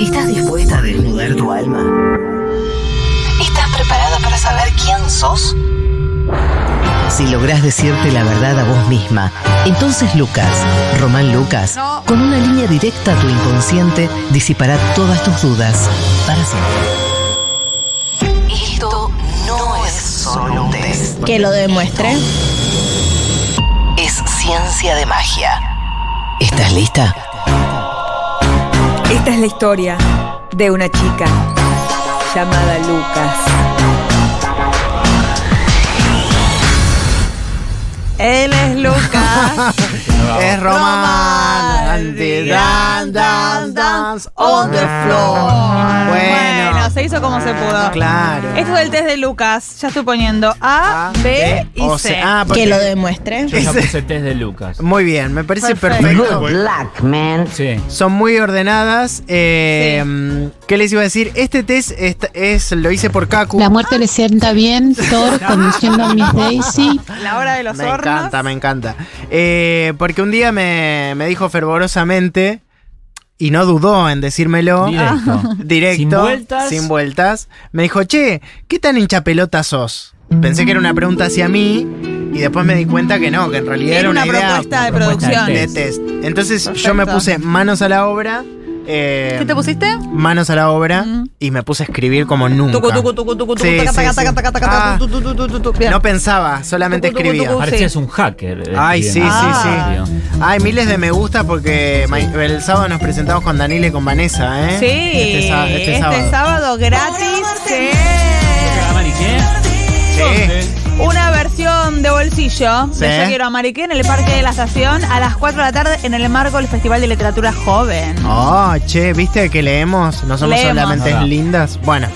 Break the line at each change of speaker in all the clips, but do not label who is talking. ¿Estás dispuesta a desnudar tu alma?
¿Estás preparada para saber quién sos?
Si lográs decirte la verdad a vos misma, entonces Lucas, Román Lucas,
No.
con una línea directa a tu inconsciente, disipará todas tus dudas para siempre.
Esto no es solo un test.
Que lo demuestre.
Es ciencia de magia.
¿Estás lista?
Esta es la historia de una chica llamada Lucas. Él es Lucas.
Es Román. Anti- Dan, dan, dance
Oh.
on the floor.
Bueno.
Bueno,
se hizo como se pudo.
claro.
Esto del test de Lucas, ya estoy poniendo A,
A,
B y
o
C.
C. Ah, porque-
Que
Que
lo
lo
demuestre.
Yo ya
Ese-
puse test de Lucas.
Muy bien, me parece
Perfecto.
perfecto.
pues.
Black man.
Sí.
Son muy ordenadas. eh, mm, ¿Qué les iba a decir? Este test esta- es, lo hice por Kaku.
La muerte le sienta bien, Thor conduciendo a Miss Daisy.
La hora de los
ah, me
hornos.
encanta, me encanta. Eh, porque un día me, me dijo fervorosamente, y no dudó en decírmelo,
Directo.
directo,
Sin vueltas.
sin vueltas, me dijo, che, ¿qué tan hinchapelota sos? Pensé que era una pregunta hacia mí, y después me di cuenta que no, que en realidad
Era
era,
una,
idea
propuesta de
propuesta de
producción.
de test. Entonces
Perfecto.
yo me puse manos a la obra. eh,
¿Qué te pusiste?
Manos a la obra
Mm.
y me puse a escribir como nunca.
Tucu, tucu, tucu, tucu, tucu,
Sí,
taca,
sí,
taca,
sí.
taca, taca, taca,
Ah.
tu, tu, tu, tu, tu, tu. Bien.
No pensaba, solamente
Tucu, tucu,
escribía.
tucu.
Parecías un hacker. eh,
Ay, sí,
escribiendo.
sí,
Ah.
sí. Ay, miles de me gusta porque ma- el sábado nos presentamos con Daniel y con Vanessa, ¿eh?
Sí,
Este, sá- este sábado.
gratis. sí.
Ah, Mari, ¿qué?
Sí.
Una versión de bolsillo de
Sí.
Yo Quiero a Mariqué en el Parque de la Estación a las 4 de la tarde en el marco del Festival de Literatura Joven.
Oh, che, ¿viste que leemos? No somos
Leemos.
solamente
Hola.
lindas. Bueno.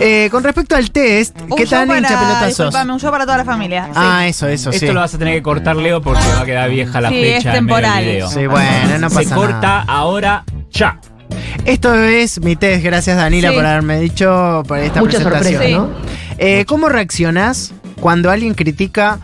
Eh, con respecto al test,
Un
¿qué
show
tan
Oh, para-
hincha pelota sos?
disculpame, un show para toda la familia. sí.
Ah, eso, eso, sí.
Esto lo vas a tener que cortar, Leo, porque va a quedar vieja la
Sí,
fecha.
es
en medio del
temporal.
video.
Sí, bueno, no pasa
Se
nada.
corta ahora ya.
Esto es mi test, gracias Danila
Sí.
por haberme dicho por esta
Mucha
presentación.
sorpresa,
Sí.
¿no?
Eh, ¿Cómo reaccionás cuando alguien critica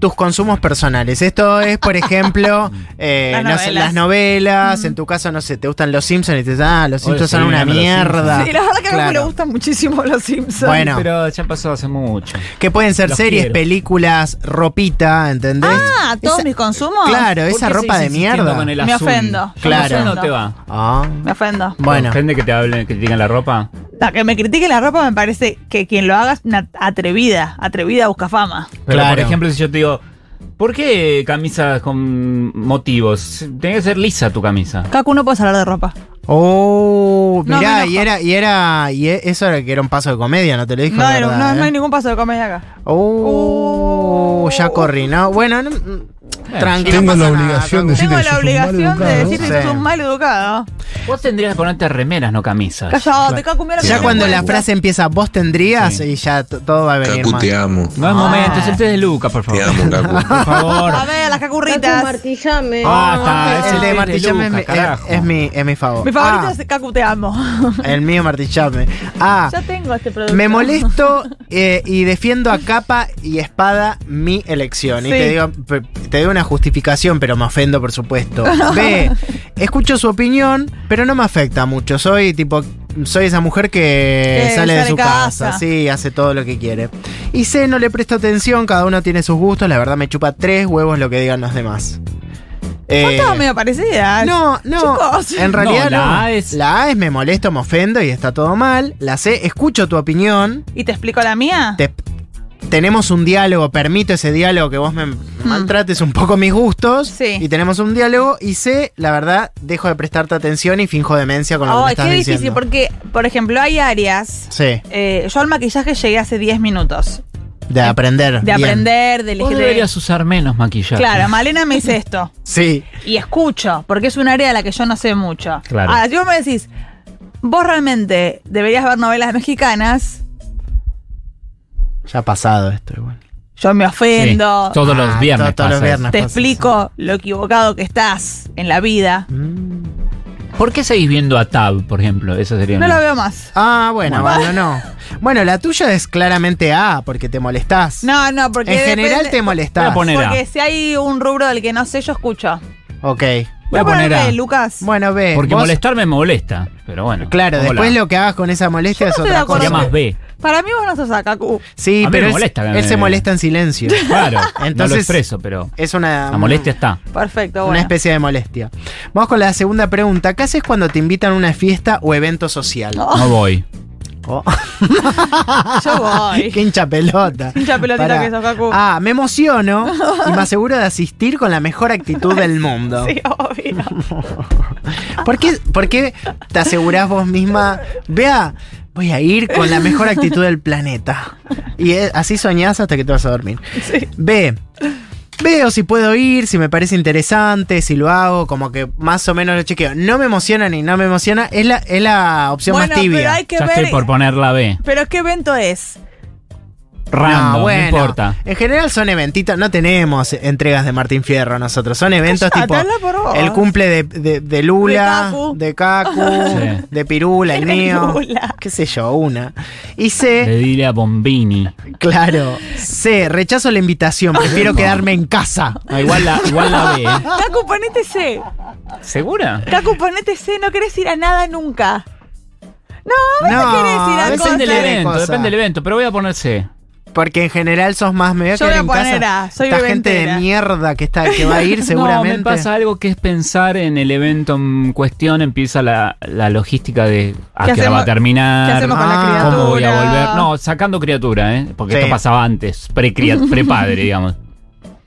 tus consumos personales? Esto es, por ejemplo, eh,
Las
no sé,
novelas.
las novelas, en tu caso, no sé, te gustan los Simpsons y te dicen, ah, los
Oye,
Simpsons
sí,
son una
mirando los
mierda.
Simpsons.
Sí, la verdad que a mí me
Claro.
gustan muchísimo los Simpsons.
Bueno.
Pero ya pasó hace mucho.
Que pueden ser
Los
series,
quiero.
películas, ropita, ¿entendés?
Ah, todos
Esa-
mis consumos.
Claro,
¿Por
esa
qué
ropa de
seguís insistiendo
mierda.
con el
Me
azul?
ofendo.
Claro.
El azul no te va.
Ah,
Me ofendo.
bueno.
Gente que te hablen, que critican la ropa.
La que me critique la ropa me parece que quien lo haga es una atrevida, atrevida busca fama.
Pero,
Claro.
por ejemplo, si yo te digo, ¿por qué camisas con motivos? Tiene que ser lisa tu camisa.
Cacu, no puedes hablar de ropa.
Oh,
No,
mirá,
me enojo.
y era, y era, y e- eso era que era un paso de comedia, no te lo dije.
No,
de
no,
verdad,
no,
¿eh?
hay ningún paso de comedia acá.
Oh, ya corrí, ¿no? Bueno, no, mm, tranquilo.
Tengo
no
la
pasa nada,
obligación de
Cacu.
decirte
Tengo
que
la
sos un
obligación de
maleducado.
decir que
Sí.
sos un mal educado.
Vos tendrías que ponerte remeras, no
Ah,
camisas.
Cállate, Cacu, mira lo que
Ya
te
cuando la
cuento.
frase empieza, vos tendrías,
Sí.
y ya t- todo va a venir
Cacu,
mal.
te amo.
No es momento, es el test de Lucas, por
Te
favor.
amo, Cacu.
Por favor.
A ver, las cacurritas.
Basta, es
El Ah, de
test
martillame es
Eh, Lucas,
mi- es,
carajo.
es mi, es mi favor.
Mi favorito es Cacu, te amo.
El mío martillame. Ah,
Ah. ya tengo este producto.
me molesto eh, y defiendo a capa y espada mi elección. Y
Sí.
te digo, p- te doy una justificación, pero me ofendo, por supuesto. B, escucho su opinión, pero no me afecta mucho. Soy tipo, soy esa mujer que
Que
sale de
sale
su
casa.
casa. sí, hace todo lo que quiere. Y C, no le presto atención, cada uno tiene sus gustos, la verdad me chupa tres huevos lo que digan los demás.
Son
Eh,
todas medio parecidas.
no, no.
Chicos.
En realidad
No,
no.
la A es-
La A es me molesto, me ofendo y está todo mal. La C, escucho tu opinión.
¿Y te explico la mía?
Te- tenemos un diálogo, permito ese diálogo que vos me maltrates un poco mis gustos.
Hmm. Sí.
Y tenemos un diálogo. Y C, la verdad, dejo de prestarte atención y finjo demencia con lo que me
Ay,
estás
qué
diciendo.
difícil, porque, por ejemplo, hay áreas.
Sí,
eh, yo al maquillaje llegué hace 10 minutos.
de aprender.
De
bien.
aprender, de
Vos
elegir.
deberías usar menos maquillaje.
Claro, Malena me dice esto.
Sí.
Y escucho, porque es un área de la que yo no sé mucho.
Claro.
Ahora, si vos me decís, vos realmente deberías ver novelas mexicanas,
Ya ha pasado esto igual.
yo me
Sí,
ofendo.
Todos los
Ah,
viernes.
to- todos los
pasa eso.
viernes.
Te
pasa eso.
explico lo equivocado que estás en la vida.
Mm.
¿Por qué seguís viendo a Tab, por ejemplo? Eso sería.
No
una-
lo veo más.
Ah, bueno, bueno, no. Bueno, la tuya es claramente A, porque te molestás.
No, no, porque.
en general
depende-
te molestás.
Voy a poner-
Porque si hay un rubro del que no sé, yo escucho.
Ok.
Voy a poner
ponerle
A.
Lucas.
Bueno, B.
Porque
vos-
molestar me molesta. Pero bueno.
Claro,
pongo la
después
A.
lo que hagas con esa
Yo
molestia
no
es
estoy de
otra
acuerdo
cosa.
con-
Llamas B.
Para mí vos no sos Akaku.
Sí,
A mí
pero
me
él-
molesta
él,
que me-
se molesta en silencio.
Claro. no lo
Entonces- eh,
expreso, pero
Es una,
la molestia está.
Perfecto,
una
bueno.
especie de molestia. Vamos con la segunda pregunta. ¿Qué haces cuando te invitan a una fiesta o evento social?
Oh.
No voy.
Oh,
Yo voy.
¡Qué hincha pelota!
Hincha pelotita
Pará.
que sos, Kaku.
Ah, me emociono y me aseguro de asistir con la mejor actitud del mundo.
Sí, obvio.
¿Por, qué, por qué te asegurás vos misma? Vea, voy a ir con la mejor actitud del planeta. Y eh, así soñás hasta que te vas a dormir.
Sí.
B. Veo si puedo ir, si me parece interesante, si lo hago, como que más o menos lo chequeo. No me emociona ni no me emociona, es la, es la opción
Bueno,
más tibia.
pero hay que
Ya
ver.
estoy por poner la B.
Pero ¿qué evento es?
Random, no,
bueno,
importa.
En general son eventitos, no tenemos entregas de Martín Fierro nosotros, son eventos
Callate,
tipo
habla por vos.
el cumple de, de- de
De
Lula,
Cacu.
de Cacu,
Sí.
de Pirula, el
De
mío,
Lula.
qué sé yo, una. Y
Le
C,
diré a Bombini.
claro, C, rechazo la invitación, prefiero quedarme en casa.
Ah, igual, la, igual la B. ¿eh?
Kaku, ponete C.
¿Segura?
Kaku, ponete C. No querés ir a nada nunca. No,
No,
no querés ir a
a veces
cosas.
Depende del
cosa.
evento,
Cosa.
depende del evento, pero voy a poner C.
Porque en general sos más me voy a
Yo
quedar
voy a
en
poner
casa.
A, soy
Esta gente de
eventera.
mierda que está que va a ir seguramente.
No, me pasa algo que es pensar en el evento en cuestión, empieza la, la logística de a
¿Qué
qué, hora va
hacemos-
a terminar.
¿Qué hacemos con
Ah,
la criatura?
¿Cómo voy a volver? No, sacando criatura, ¿eh? Porque
Sí.
esto pasaba antes, pre-cria- pre-padre, digamos.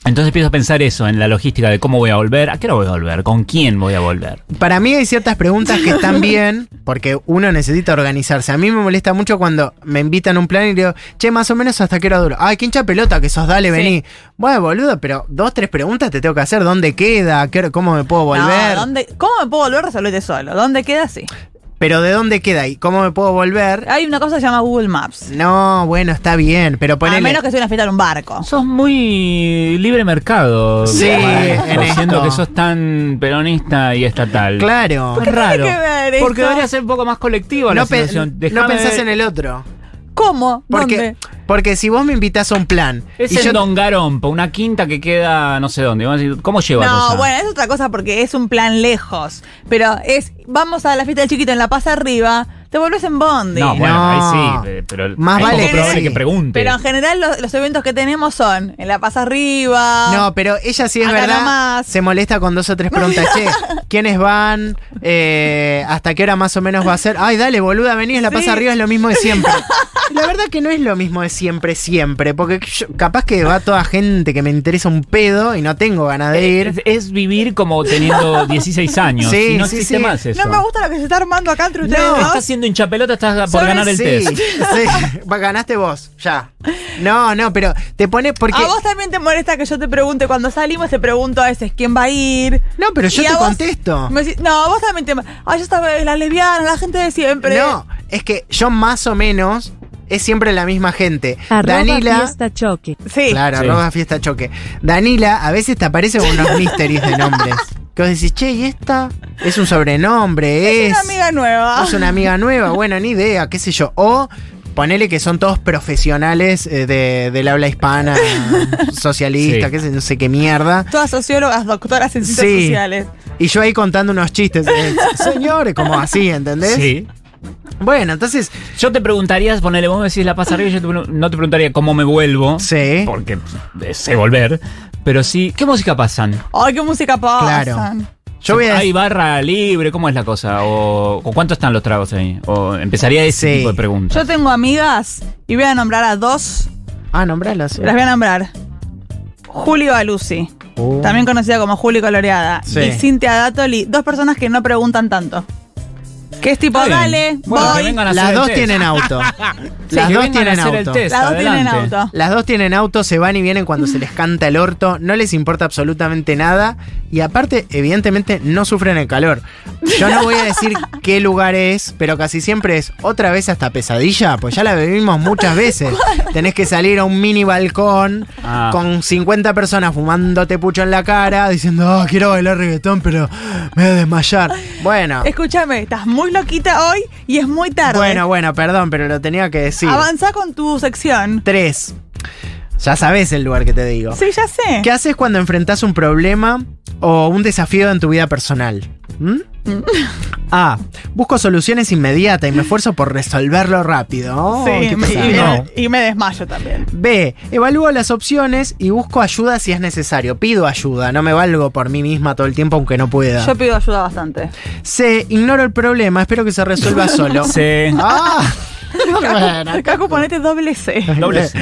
Entonces empiezo a pensar eso, en la logística de cómo voy a volver, a qué hora voy a volver, con quién voy a volver.
Para mí hay ciertas preguntas que están bien, porque uno necesita organizarse. A mí me molesta mucho cuando me invitan a un plan y digo, che, más o menos hasta qué hora duro. Ay, qué hincha pelota que sos, dale,
Sí.
vení. Bueno, boludo, pero dos, tres preguntas te tengo que hacer. ¿Dónde queda? ¿A qué hora- ¿Cómo me puedo volver?
No, ¿dónde- ¿Cómo me puedo volver? Resolvete solo. ¿Dónde queda? Sí.
Pero ¿de dónde queda y cómo me puedo volver?
Hay una cosa que se llama Google Maps.
No, bueno, está bien, pero ponele...
A menos que sea una fiesta en un barco.
Sos muy libre mercado.
Sí,
Bárbara,
en
Siendo
esto.
que sos tan peronista y estatal.
Claro.
Es raro.
tiene que ver esto?
Porque debería ser un poco más colectiva la
No, pe-
situación.
no
Dejame
pensás
ver-
en el otro.
¿Cómo?
Porque,
¿Dónde?
porque si vos me invitás a un plan.
Es
y
en
yo-
Don Garompa, una quinta que queda no sé dónde. Vamos a decir, ¿Cómo llego hasta
No,
allá?
bueno, es otra cosa porque es un plan lejos. Pero es, vamos a la fiesta del chiquito en La Paz Arriba, te volvés en Bondi.
No, bueno,
No.
ahí sí, eh, pero
Más
es
vale
poco
que
probable
sí.
que pregunte.
Pero en general los, los eventos que tenemos son en La Paz Arriba.
No, pero ella sí es
Acá
verdad.
nomás.
Se molesta con dos o tres preguntas. che, ¿quiénes van? Eh, ¿Hasta qué hora más o menos va a ser? Ay, dale, boluda, venís, la
Sí.
pasa arriba, es lo mismo de siempre. La verdad que no es lo mismo de siempre, siempre. Porque yo- capaz que va toda gente que me interesa un pedo y no tengo ganas
Eh,
de ir.
es, es vivir como teniendo 16 años.
Sí,
y no
sí,
existe
sí.
más eso.
No me gusta lo que se está armando acá entre ustedes
No.
dos.
Estás siendo hinchapelota, estás por
Sobre-
ganar el
sí,
test.
sí. Va, ganaste vos, ya. No, no, pero te pone porque.
A vos también te molesta que yo te pregunte cuando salimos, te pregunto a veces quién va a ir.
No, pero yo
Y
te
a vos
contesto.
me decís, no, a vos también te... Ay, yo estaba las lesbianas, la gente de siempre.
No, es que yo más o menos es siempre la misma gente.
Arroba
Danila.
fiesta choque.
Sí.
Claro,
Sí.
arroba fiesta choque. Danila, a veces te aparece con unos misterios de nombres. Que vos decís, che, ¿y esta? Es un sobrenombre, es.
Es una amiga nueva.
es una amiga nueva, bueno, ni idea, qué sé yo. O ponele que son todos profesionales eh, de, del habla hispana, socialista,
Sí.
qué sé, no sé qué mierda.
Todas sociólogas, doctoras en ciencias
Sí.
sociales.
Y yo ahí contando unos chistes. eh, Señores, como así, ¿entendés?
Sí.
Bueno, entonces.
Yo te preguntaría, ponele, vos me decís la pasa arriba, yo te pregun- no te preguntaría cómo me vuelvo,
Sí.
porque eh, sé volver, pero sí, ¿qué música pasan?
Ay, qué música pasan.
Claro. Yo voy a
¿Hay barra libre? ¿Cómo es la cosa? ¿O, o cuánto están los tragos ahí? ¿O empezaría ese
Sí.
tipo de preguntas?
Yo tengo amigas y voy a nombrar a dos.
Ah, nombralas.
Las voy a nombrar. Julio Alusi, también conocida como Julio Coloreada,
Sí.
y Cintia Datoli, dos personas que no preguntan tanto. Que es tipo,
Está bien.
dale,
Bueno, que
voy.
vengan a hacer
Las
el
dos
test.
tienen auto.
Sí,
Las
que
dos
vengan a
tienen
hacer el
auto.
test,
Las dos tienen
adelante.
auto.
Las dos tienen auto, se van y vienen cuando se les canta el orto, no les importa absolutamente nada y aparte, evidentemente, no sufren el calor. Yo no voy a decir qué lugar es, pero casi siempre es otra vez hasta pesadilla, pues ya la vivimos muchas veces. Tenés que salir a un mini balcón
Ah.
con 50 personas fumándote pucho en la cara, diciendo, oh, quiero bailar reggaetón, pero me voy a desmayar. Bueno,
Escúchame, estás muy loquita hoy y es muy tarde.
bueno, bueno, perdón, pero lo tenía que decir.
Avanza con tu sección.
Tres. Ya sabes el lugar que te digo.
Sí, ya sé.
¿Qué haces cuando enfrentas un problema o un desafío en tu vida personal? ¿Mm? A. Busco soluciones inmediatas y me esfuerzo por resolverlo rápido. Oh,
Sí,
qué
me- y,
pesado.
me-
No.
y me desmayo también.
B. Evalúo las opciones y busco ayuda si es necesario. Pido ayuda, no me valgo por mí misma todo el tiempo aunque no pueda.
Yo pido ayuda bastante.
C. Ignoro el problema, espero que se resuelva solo.
Sí.
Ah.
Cacu, Cacu, ponete doble C.
Doble C.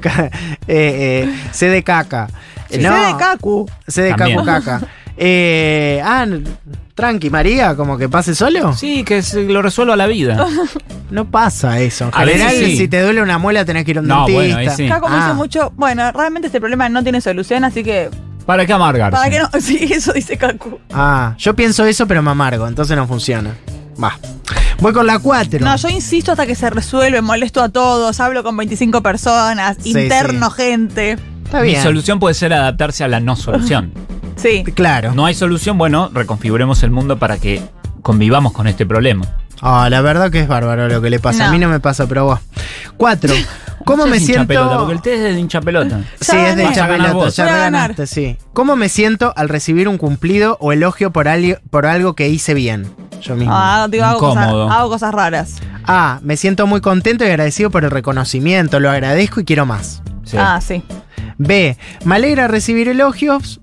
Ca- eh, eh, C de caca.
Sí,
No,
C de Cacu.
C de
También.
cacu caca. Eh, ah, n- tranqui, María, como que pase solo.
Sí, que se- lo resuelvo a la vida.
No pasa eso. En
A veces
general,
sí.
si te duele una muela, tenés que ir a un
No,
dentista.
bueno, ahí sí.
Cacu me
Ah.
dice mucho. Bueno, realmente este problema no tiene solución, así que.
¿Para qué amargarse?
¿Para qué no? Sí, eso dice Cacu.
Ah, yo pienso eso, pero me amargo, entonces no funciona. Va. Voy con la 4.
No, yo insisto hasta que se resuelve, molesto a todos, hablo con 25 personas,
Sí,
interno gente.
Está
Mi
bien.
solución puede ser adaptarse a la no solución.
Sí.
Claro.
No hay solución, bueno, reconfiguremos el mundo para que convivamos con este problema.
Ah, la verdad que es bárbaro lo que le pasa. A mí
No.
no me pasa, pero a vos. 4. ¿Cómo
Ese
me
es hincha
siento?
pelota, porque el test es de hincha pelota.
Sí,
Ya
es de
gané.
Vas a ganar
Chabelota,
vos.
ya
Voy a ganar.
reganaste, sí. ¿Cómo me siento al recibir un cumplido o elogio por, ali- por algo que hice bien? Yo mismo.
Ah, digo, hago cosas,
Incómodo.
hago cosas raras.
A. Me siento muy contento y agradecido por el reconocimiento, lo agradezco y quiero más.
Sí.
Ah, sí.
B. Me alegra recibir elogios,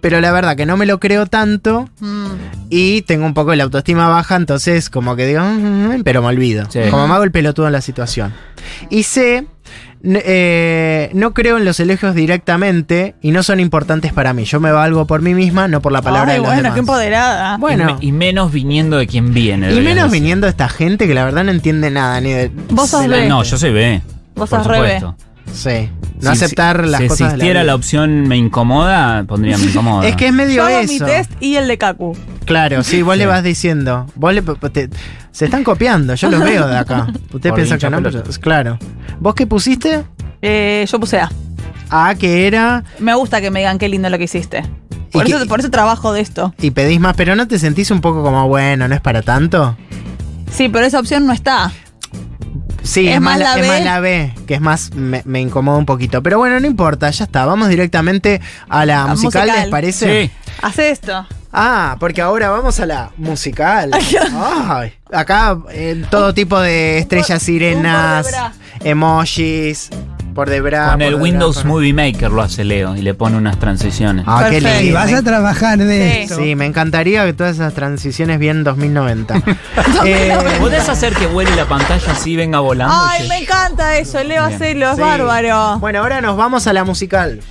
pero la verdad que no me lo creo tanto
Mm.
y tengo un poco la autoestima baja, entonces como que digo, "Mm, mm", pero me olvido.
Sí.
Como me hago el pelotudo en la situación. Y C. n- eh, no creo en los elogios directamente y no son importantes para mí. Yo me valgo por mí misma, no por la palabra
Ay,
de los
bueno,
demás.
qué empoderada.
Bueno,
Y, me- y menos viniendo de quien viene.
y
deberías
menos
decir.
viniendo esta gente que la verdad no entiende nada ni de.
Vos sos este.
de
B.
No, yo soy B.
Vos
por
sos re B.
supuesto.
Sí. No
Si-
aceptar
si-
las
si
cosas. de
existiera la,
vida.
opción me incomoda, pondría me incomoda.
Es que es medio
Yo hago mi
eso.
test y el de Cacu.
Claro, sí, vos le
Sí.
vas diciendo. Vos le, te- se están copiando, yo los veo de acá. Ustedes
Por
piensan
hincha
que no,
pelota.
pero- claro. ¿Vos qué pusiste?
Eh, yo puse A.
Ah, que era.
Me gusta que me digan qué lindo lo que hiciste. Por,
Y
eso,
que-
por eso trabajo de esto.
Y pedís más, pero ¿no te sentís un poco como, bueno, no es para tanto?
Sí, pero esa opción no está.
Sí,
Es
es, más
más la
la, es
B.
más la B, que es más, me, me incomoda un poquito. Pero bueno, no importa, ya está. Vamos directamente a la
A
musical,
musical.
¿les parece?
Sí.
Hace esto.
Ah, porque ahora vamos a la musical. Ay, acá eh, todo tipo de estrellas sirenas,
un
emojis, por debajo.
Con el Windows Movie Maker lo hace Leo y le pone unas transiciones.
Ah, qué
Perfecto.
lindo.
Vas a trabajar
Sí.
de esto.
Sí, me encantaría que todas esas transiciones bien 2090. Eh,
¿Podés hacer que vuele la pantalla así venga volando?
Ay,
Che.
me encanta eso. Leo,
Bien.
hacelo. Es
sí.
bárbaro.
Bueno, ahora nos vamos a la musical.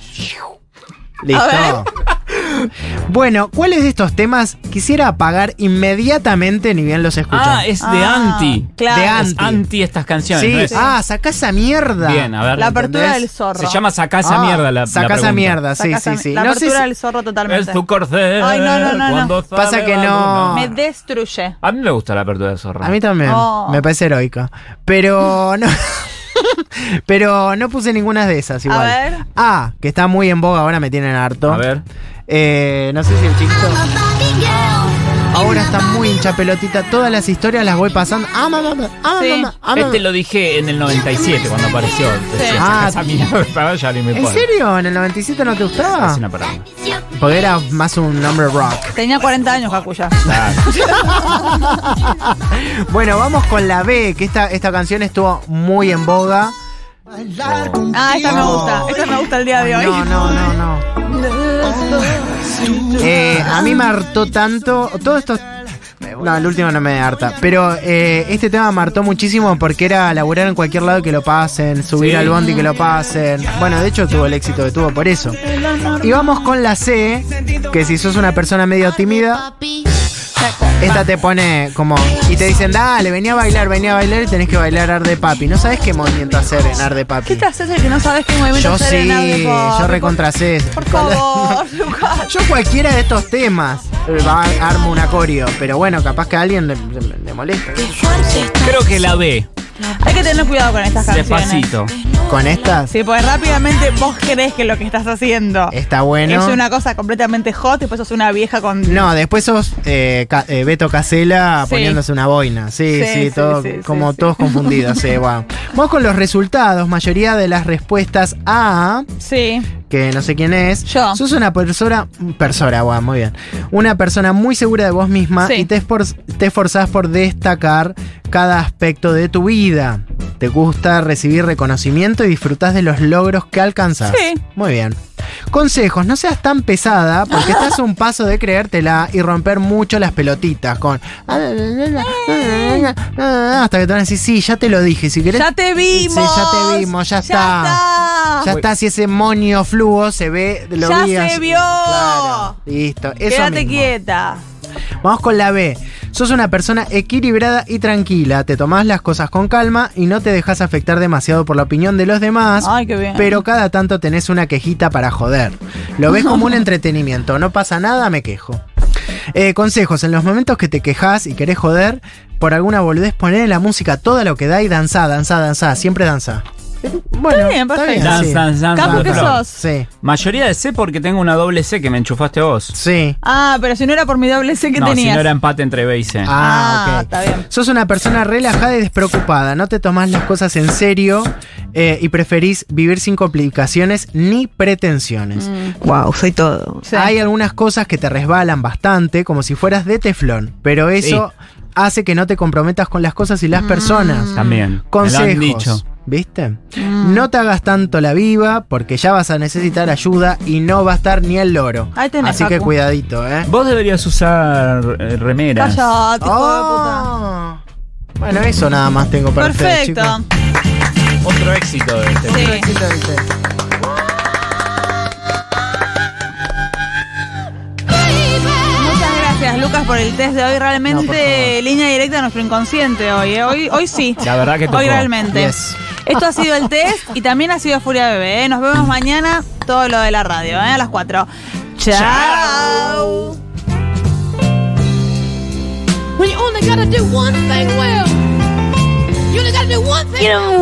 Listo. Bueno, ¿cuáles de estos temas quisiera apagar inmediatamente ni bien los escucho?
Ah, es de
Ah,
anti.
Claro.
De anti.
Es anti estas canciones.
Sí,
¿no es?
ah, sacá esa mierda.
Bien, a ver.
La apertura
¿entendés?
del zorro.
Se llama Sacá esa
Ah,
mierda la, la
Sacá esa
pregunta.
mierda, sí,
Saca
sí,
esa-
sí.
La
No sé
apertura
si-
del zorro
Es
totalmente.
tu corcel.
Ay, no, no, no, no.
cuando sale
Pasa que
la
no-
luna.
Me destruye.
A mí me gusta la apertura del zorro.
A mí también.
Oh.
Me parece heroica. Pero no. Pero no puse ninguna de esas igual.
ver.
Ah, que está muy en boga ahora, me tienen harto.
A ver.
Eh, no sé si el chico. Ahora está muy hincha pelotita. Todas las historias las voy pasando. Ah, mamá, ah,
Sí.
mamá, ah, mamá.
Este lo dije en el 97 cuando apareció. Decía,
Ah.
"Sacá esa mierda de pantalla ni me
¿En
pone".
serio? Ah. ¿En el 97 no te gustaba?
Es una parada.
Porque era más un hombre rock.
Tenía 40 años, Cacu ya.
Ah,
Bueno, vamos con la B, que esta, esta canción estuvo muy en boga.
Ah, esta me gusta. Esta me gusta el día de hoy.
No, no, no, no. Eh, a mí me hartó tanto. Todo esto. No, el último no me harta. Pero eh, este tema me hartó muchísimo porque era laburar en cualquier lado y que lo pasen, subir
Sí.
al bondi y que lo pasen. Bueno, de hecho tuvo el éxito que tuvo por eso. Y vamos con la C, que si sos una persona medio tímida, esta te pone como. Y te dicen, dale, vení a bailar, vení a bailar y tenés que bailar Arde Papi. No sabes qué movimiento hacer en Arde Papi.
¿Qué te haces el que no sabes qué movimiento
Yo
hacer
sí,
en audio? Por-
yo recontracé.
Por favor, Lucas.
Yo cualquiera de estos temas eh, va- armo un acorio, pero bueno, capaz que a alguien le, le- le molesta.
creo que la B.
Hay que tener cuidado con estas canciones.
Despacito.
Con estas
Sí, porque rápidamente vos crees que lo que estás haciendo
está bueno.
es una cosa completamente hot, después sos una vieja con.
No, después sos eh, Ca- eh, Beto Casela
Sí.
poniéndose una boina. Sí,
Sí,
sí,
sí,
todo,
sí, sí,
como
sí.
todos confundidos. sí, guau. Vamos con los resultados. Mayoría de las respuestas A,
Sí.
que no sé quién es.
Yo.
Sos una persona. Persona, guau, muy bien. Una persona muy segura de vos misma
Sí.
y te, esfor- te esforzás por destacar cada aspecto de tu vida. Te gusta recibir reconocimiento y disfrutás de los logros que alcanzás.
Sí.
Muy bien. Consejos, no seas tan pesada porque estás a un paso de creértela y romper mucho las pelotitas con... Hasta que te van a decir, sí, ya te lo dije, si querés...
Ya te vimos.
Sí, ya te vimos, ya está. Ya está, si ese monio fluo se ve, lo
Ya
vi
se
así.
vio.
Claro, listo. Eso
Quédate
mismo.
quieta.
Vamos con la B. Sos una persona equilibrada y tranquila. Te tomás las cosas con calma y no te dejas afectar demasiado por la opinión de los demás.
Ay, qué bien.
Pero cada tanto tenés una quejita para joder. Lo ves como un entretenimiento. No pasa nada, me quejo. Eh, consejos: en los momentos que te quejas y querés joder, por alguna boludez, poner en la música toda lo que da y danzá, danzá, danzá. Siempre danzá. Eh, Bueno,
Está bien, perfecto.
Dance,
sí.
dance, dance,
Capo,
dance,
¿qué
dance.
sos?
Sí,
Mayoría de C porque tengo una doble C que me enchufaste vos.
sí.
Ah, pero si no era por mi doble C que
no,
tenías.
si no era empate entre B y C.
Ah,
Ah,
ok.
está bien.
Sos una persona relajada y despreocupada, no te tomás las cosas en serio eh, y preferís vivir sin complicaciones ni pretensiones.
Wow, soy todo.
Mm, Sí.
Hay algunas cosas que te resbalan bastante, como si fueras de teflón, pero eso hace que no te comprometas con las cosas y
Mm.
las personas.
También.
Consejos.
Me lo han dicho.
¿Viste?
Mm.
No te hagas tanto la viva porque ya vas a necesitar ayuda y no va a estar ni el loro.
Ahí tenés,
Así que
Facu.
cuidadito, ¿eh?
Vos deberías usar eh, remeras.
Cállate, hijo de puta.
Oh. Bueno, eso nada más tengo para ustedes,
Perfecto.
chicos.
Otro éxito de este.
Sí. Muchas gracias, Lucas, por el test de hoy.
No, por
Realmente,
favor.
línea directa a nuestro inconsciente hoy. ¿eh? Hoy, hoy sí.
La verdad que tocó.
Hoy realmente.
Yes.
Esto ha sido el test y también ha sido Furia Bebé. ¿eh? Nos vemos mañana, todo lo de la radio, ¿eh? a las 4. Chao.
When you only gotta do one thing well, you only gotta do one thing.